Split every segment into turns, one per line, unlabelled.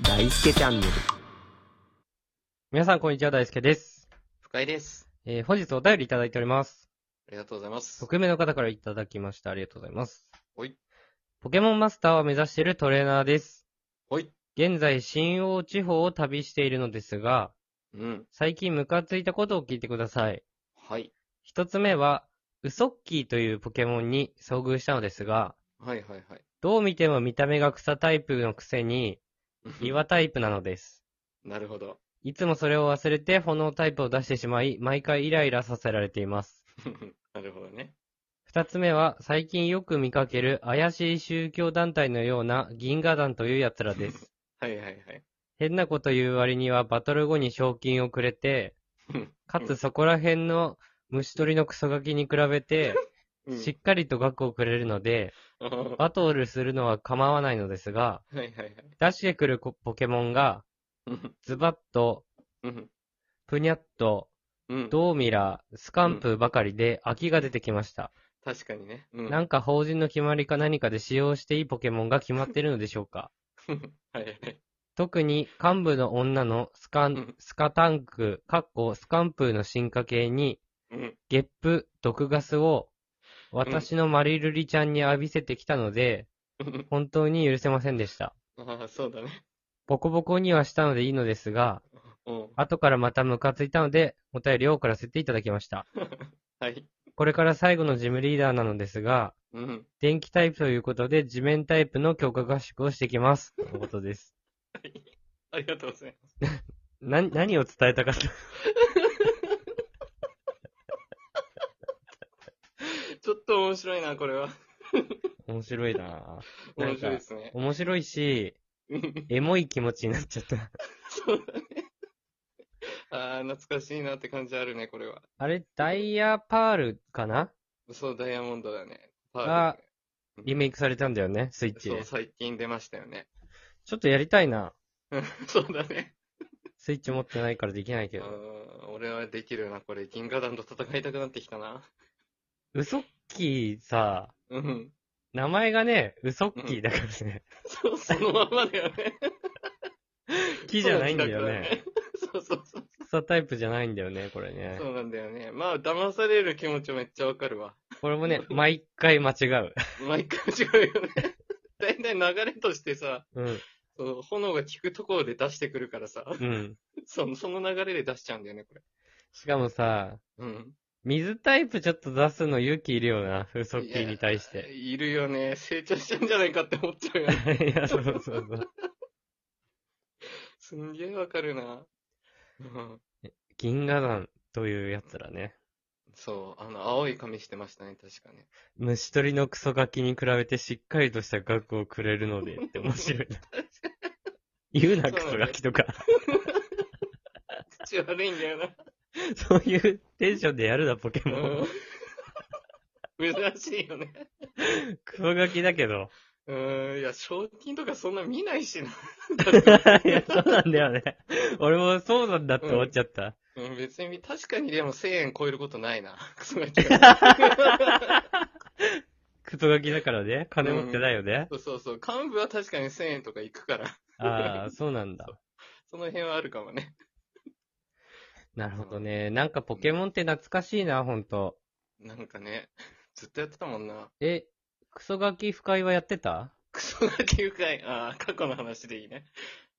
大輔チャンネル。
皆さん、こんにちは。大輔です。
深井です。
えー本日お便りいただいております。
ありがとうございます。
匿名の方からいただきました。ありがとうございます。
ほい。
ポケモンマスターを目指しているトレーナーです。
ほい。
現在、新欧地方を旅しているのですが、
うん。
最近ムカついたことを聞いてください。
はい。
一つ目は、ウソッキーというポケモンに遭遇したのですが、
はいはいはい。
どう見ても見た目が草タイプのくせに、岩タイプなのです。
なるほど。
いつもそれを忘れて炎タイプを出してしまい、毎回イライラさせられています。
なるほどね。
二つ目は、最近よく見かける怪しい宗教団体のような銀河団という奴らです。
はいはいはい。
変なこと言う割にはバトル後に賞金をくれて、かつそこら辺の虫取りのクソガキに比べて、
うん
しっかりと額をくれるので、
は
バトルするのは構わないのですが、
いはいはい。
出してくるこポケモンが、
うん
ズバッと、
うん
プニャッと、
うん。
ドーミラー、スカンプばかりで飽きが出てきました。
確かにね。うん
なんか法人の決まりか何かで使用していいポケモンが決まっているのでしょうか
はいはい。
特に幹部の女のスカン、スカタンク、かっこスカンプーの進化系に、
うん。
ゲップ、毒ガスを、私のマリルリちゃんに浴びせてきたので、本当に許せませんでした。
ああ、そうだね。
ボコボコにはしたのでいいのですが、
うん。
後からまたムカついたので、お便りを送らせていただきました。
はい。
これから最後のジムリーダーなのですが、
うん。
電気タイプということで、地面タイプの強化合宿をしてきます。ということです。
ありがとうございます。
な、何を伝えたかった。
ちょっと面白いな、これは。
面白いなぁ。な
面
んか
白いで、すね。
面白いし、
うん
エモい気持ちになっちゃった。
そうだね。ああ、懐かしいなって感じあるね、これは。
あれ、ダイヤパールかな
そう、ダイヤモンドだね。パール
が
うん
リメイクされたんだよね、スイッチ
そ
で
う、。最近出ましたよね。
ちょっとやりたいな。
そうだね。
スイッチ持ってないからできないけ
う
ど。
ーん俺はできるな、これ。銀河団と戦いたくなってきたな。
ウソッキーさ、
うん。
名前がね、ウソッキーだからね。
そう、そのまんまだよね。
木じゃないんだよね。
そうそうそう。
草タイプじゃないんだよね、これね。
そうなんだよね。まあ、騙される気持ちめっちゃわかるわ。
これもね、毎回間違う。
毎回違うよね。 だいたい流れとしてさ、
うん、
その炎が効くところで出してくるからさ、
うん。
そのその流れで出しちゃうんだよね、これ。
しかもさ、
うん。
水タイプちょっと出すの勇気いるよな、ウソッキーに対して。
いるよね。成長してんじゃないかって思っちゃうよね。
いや、そうそうそう。
すんげえわかるな。うん。
銀河団というやつらね。
そう、あの、青い髪してましたね、確かね。
虫取りのクソガキに比べてしっかりとした額をくれる のでって面白いな。言うな、クソガキとか。
口悪いんだよな。
そういうテンションでやるな、ポケモン。
うん。 珍しいよね。
クソガキだけど。
うん、いや、賞金とかそんな見ない しな。
いや、そうなんだよね。俺もそうなんだって思っちゃった。
うん、別に、確かにでも1000円超えることない な。クソガキが
クソガキだからね、金持ってないよね。
そうそうそう。幹部は確かに1000円とかいくから、
ああ、そうなんだ。
その辺はあるかもね。
なるほどね。なんかポケモンって懐かしいな、ほんと。
なんかね、ずっとやってたもんな。
え、クソガキ不快はやってた
クソガキ愉快。ああ、過去の話でいいね。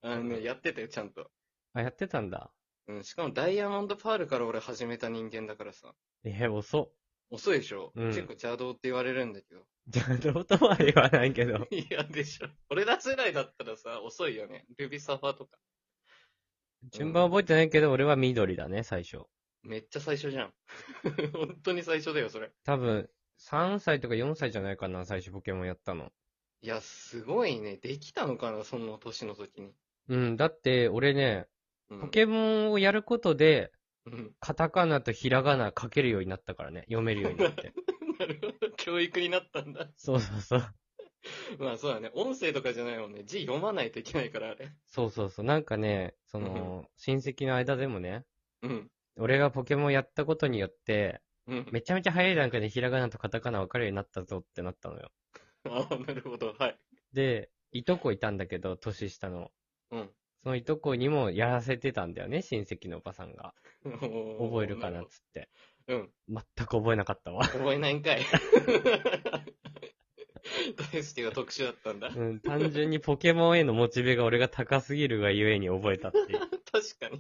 あのね、やってたよ、ちゃんと。
あ、やってたんだ。
うん、しかもダイヤモンドパールから俺始めた人間だからさ。
え、遅っ。
遅いでしょ、
うん
結構邪道って言われるんだけど。
じゃあ、どうとは言わないけど。
いや、でしょ。俺ら世代だったらさ、遅いよね。ルビサファーとか。
順番覚えてないけど、俺は緑だね、最初。
めっちゃ最初じゃん。 本当に最初だよ、それ。
多分、3歳とか4歳じゃないかな、最初ポケモンやったの。
いや、すごいね。できたのかな、その年の時に。
うん、だって、俺ね、
うん
ポケモンをやることで、
うん。
カタカナとひらがな書けるようになったからね、読めるように なって。
なるほど。教育になったんだ。
そうそうそう。
まあそうだね。音声とかじゃないもんね。字読まないといけないから、あれ。
そうそうそう。なんかね、そ
うん
の、親戚の間でもね、
うん。
俺がポケモンやったことによって、
うん。
めちゃめちゃ早い段階でひらがなとカタカナ分かるようになったぞってなったのよ。
ああ、なるほど。はい。
で、いとこいたんだけど、年下の。
うん。
そのいとこにもやらせてたんだよね、親戚のおばさんが。覚
覚
えるかなっつって。
うん。
全く覚えなかったわ。
覚えないんかい。 大輔が特殊だったんだ。
うん、単純にポケモンへのモチベが俺が高すぎるがゆえに覚えたっていう。
確かに。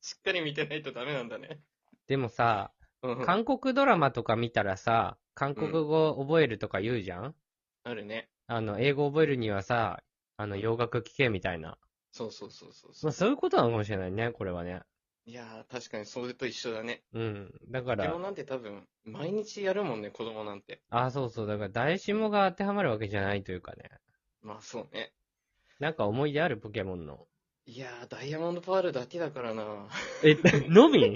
しっかり見てないとダメなんだね。
でもさ、
うん。
韓国ドラマとか見たらさ、韓国語覚えるとか言うじゃん、
あるね。
あの、英語覚えるにはさ、あの、洋楽聴けみたいな。
そうそうそうそうそ
ま
う
あ、。そういうことなのかもしれないね、これはね。
いやー、確かにそれと一緒だね。
うん。だか
ポケ
ら
モン、なんて多分、毎日やるもんね、子供なんて。
あ、そうそう。だから、誰しもが当てはまるわけじゃないというかね。
まあそうね。
なんか思い出あるポケモンの。
いやー、ダイヤモンドパールだけだからな。
え、のみ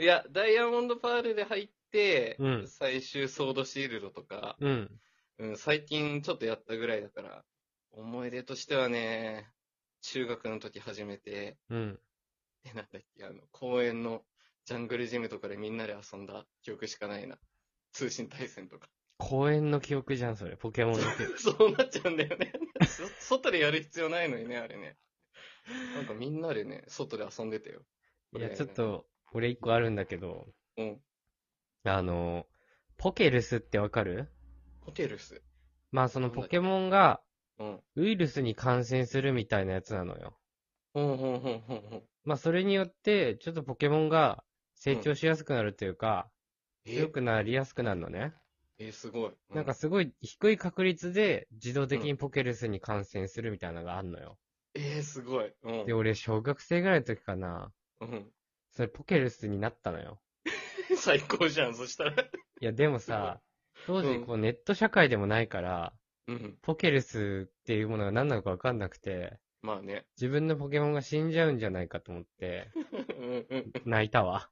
いや、ダイヤモンドパールで入って、
うん
最終ソードシールドとか、
うん。
うん、最近ちょっとやったぐらいだから、思い出としてはね、中学の時始めて、
うん。
で、なんだっけ、あの、公園のジャングルジムとかでみんなで遊んだ記憶しかないな。通信対戦とか。
公園の記憶じゃん、それ。ポケモンの記 憶。
そうなっちゃうんだよね。 そ外でやる必要ないのにね、あれね。なんかみんなでね、外で遊んでたよ。
いや、ちょっと、俺一個あるんだけど、
うん。
あの、ポケルスってわかる
ホテルス。
まあ、そのポケモンが
うん。
ウイルスに感染するみたいなやつなのよ。
ほんほんほんほんほん。
まあ、それによって、ちょっとポケモンが成長しやすくなるというか、
え
強、くなりやすくなるのね。
えすごい。う
なんか、すごい低い確率で自動的にポケルスに感染するみたいなのがあんのよ。
えー、すごい。うん
で、。俺小学生ぐらいの時かな、
うん、
それポケルスになったのよ。
最高じゃん、そしたら。
いや、でもさ、当時こうネット社会でもないから、
うん。
ポケルスっていうものが何なのか分かんなくて、
まあね。
自分のポケモンが死んじゃうんじゃないかと思 って、
うんうん
泣いたわ。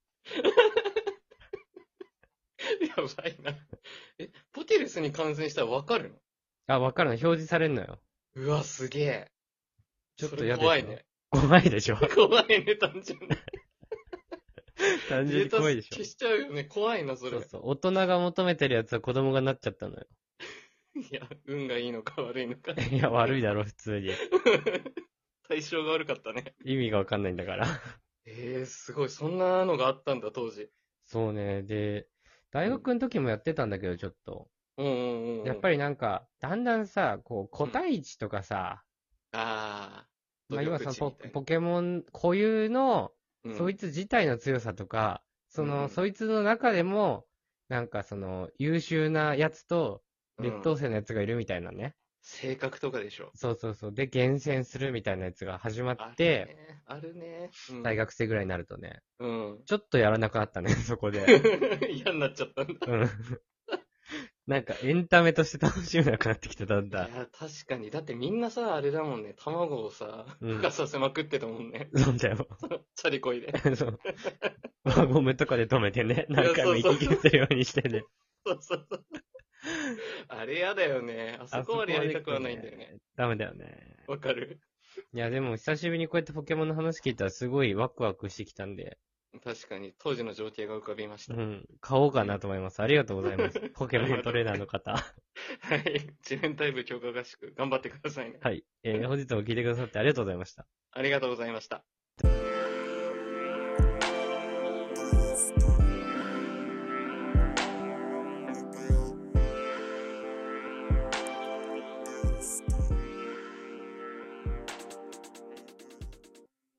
やばいな。え、ポテルスに感染したらわかるの
あ、分かるの、表示されんのよ。
うわ、すげえ。
ちょっ
そ
と
れ
嫌でしょ
怖いね。
怖い でしょ
怖いね、単純に。
単純に怖いでし
消
ょ
しちゃうよね。怖いな、そ
そ
れ。
うそう。大人が求めてるやつは子供がなっちゃったのよ。
いや、運がいいのか悪いのか。
いや、悪いだろ、普通に。
対象が悪かったね。
意味が分かんないんだから。
ええー、すごい。そんなのがあったんだ、当時。
そうね。で、大学の時もやってたんだけど、ちょっと。
うんうんうんうん。
やっぱ
り。
りなんか、だんだんさ、こう、個体値とかさ、
ああ。
まあ、今さポ、
努力値みたいな
ポケモン固有の、
うん
そいつ自体の強さとか、そ
うんう
の、
ん
そいつの中でも、なんかその、優秀なやつと、劣等生のやつがいるみたいなね。
性格とかでしょ。
そうそうそう。で、厳選するみたいなやつが始ま
あ
っ
る
て、
ね、あるね。うん
大。学生ぐらいになるとね、
うん。
ちょっとやらなくなったね、 そこで。
嫌になっちゃったんだ。
うん。なんか、エンタメとして楽しめなくなってきた、だんだん
い。や、確かに。だってみんなさ、あれだもんね。卵をさ、
うん
孵化させまくってたもんね。
そうだよ。
チャリこい で。
そう。 輪ゴムとかで止めてね、何回も行き来するようにしてね。
そうそうそう。あれやだよね。あそこまでやりたくはないんだよね。
ダメだよね。
わかる
いや、でも久しぶりにこうやってポケモンの話聞いたらすごいワクワクしてきたんで、
確かに、当時の情景が浮かびまし
う
た。
ん、買おうかなと思います。ありがとうございます。ポケモントレーナーの方。
はい。地面体部強化合宿、頑張ってくださいね。
はい。えー本日も聞いてくださってありがとうございました。
ありがとうございました。